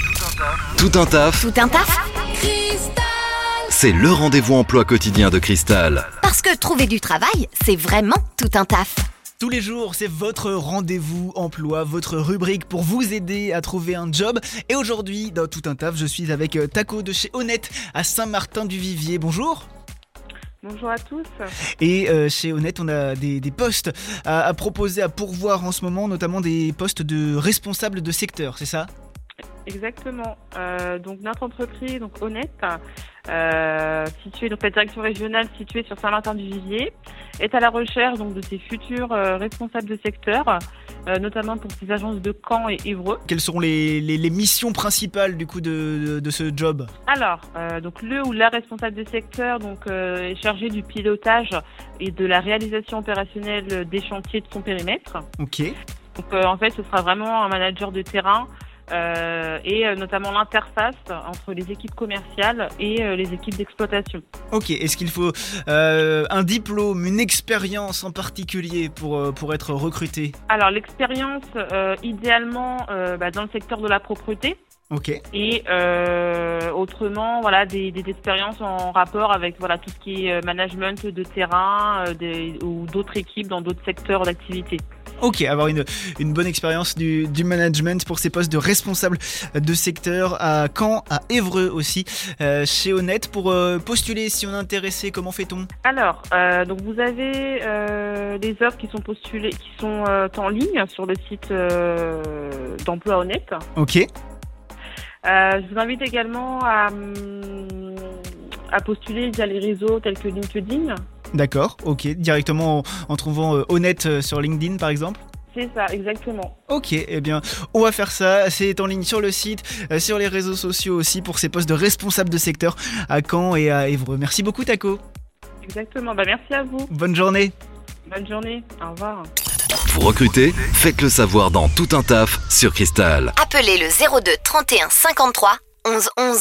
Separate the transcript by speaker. Speaker 1: Tout un taf,
Speaker 2: Tout un taf
Speaker 1: c'est le rendez-vous emploi quotidien de Cristal.
Speaker 2: Parce que trouver du travail, c'est vraiment tout un taf.
Speaker 3: Tous les jours, c'est votre rendez-vous emploi, votre rubrique pour vous aider à trouver un job. Et aujourd'hui, dans tout un taf, je suis avec euh, Taco de chez Honnête à Saint-Martin-du-Vivier. Bonjour.
Speaker 4: Bonjour à tous.
Speaker 3: Et euh, chez Honnête, on a des, des postes à, à proposer, à pourvoir en ce moment, notamment des postes de responsables de secteur, c'est ça
Speaker 4: Exactement. Euh, donc notre entreprise, donc Honnête, euh, située donc la direction régionale située sur Saint-Martin-du-Vivier, est à la recherche donc de ses futurs euh, responsables de secteur, euh, notamment pour ses agences de Caen et Évreux.
Speaker 3: Quelles seront les, les- les missions principales du coup de, de- de ce job
Speaker 4: Alors, euh, donc le ou la responsable de secteur donc euh, est chargé du pilotage et de la réalisation opérationnelle des chantiers de son périmètre.
Speaker 3: Ok.
Speaker 4: Donc euh, en fait, ce sera vraiment un manager de terrain euh, et euh, notamment l'interface entre les équipes commerciales et euh, les équipes d'exploitation.
Speaker 3: Ok, est-ce qu'il faut euh, un diplôme, une expérience en particulier pour, euh, pour être recruté
Speaker 4: Alors l'expérience, euh, idéalement, euh, bah, dans le secteur de la propreté
Speaker 3: Ok.
Speaker 4: et euh, autrement, voilà, des, des expériences en rapport avec voilà tout ce qui est euh, management de terrain euh, des, ou d'autres équipes dans d'autres secteurs d'activité.
Speaker 3: Ok, avoir une, une bonne expérience du, du management pour ces postes de responsable de secteur à Caen, à Évreux aussi, euh, chez Honnête. Pour euh, postuler, si on est intéressé, comment fait-on
Speaker 4: Alors, euh, donc vous avez euh, des offres qui sont postulées, qui sont euh, en ligne sur le site euh, d'emploi honnête.
Speaker 3: Ok.
Speaker 4: Euh, je vous invite également à, hum, à postuler via les réseaux tels que LinkedIn.
Speaker 3: D'accord, ok. Directement en, en trouvant euh, Honnête euh, sur LinkedIn par exemple
Speaker 4: C'est ça, exactement.
Speaker 3: Ok, eh bien, on va faire ça. C'est en ligne sur le site, euh, sur les réseaux sociaux aussi pour ces postes de responsable de secteur à Caen et à Évreux. Merci beaucoup, Taco.
Speaker 4: Exactement. Bah, merci à vous.
Speaker 3: Bonne journée.
Speaker 4: Bonne journée. Au revoir.
Speaker 1: Vous recrutez Faites le savoir dans Tout un taf sur Cristal.
Speaker 2: Appelez le 02 31 53 11 11.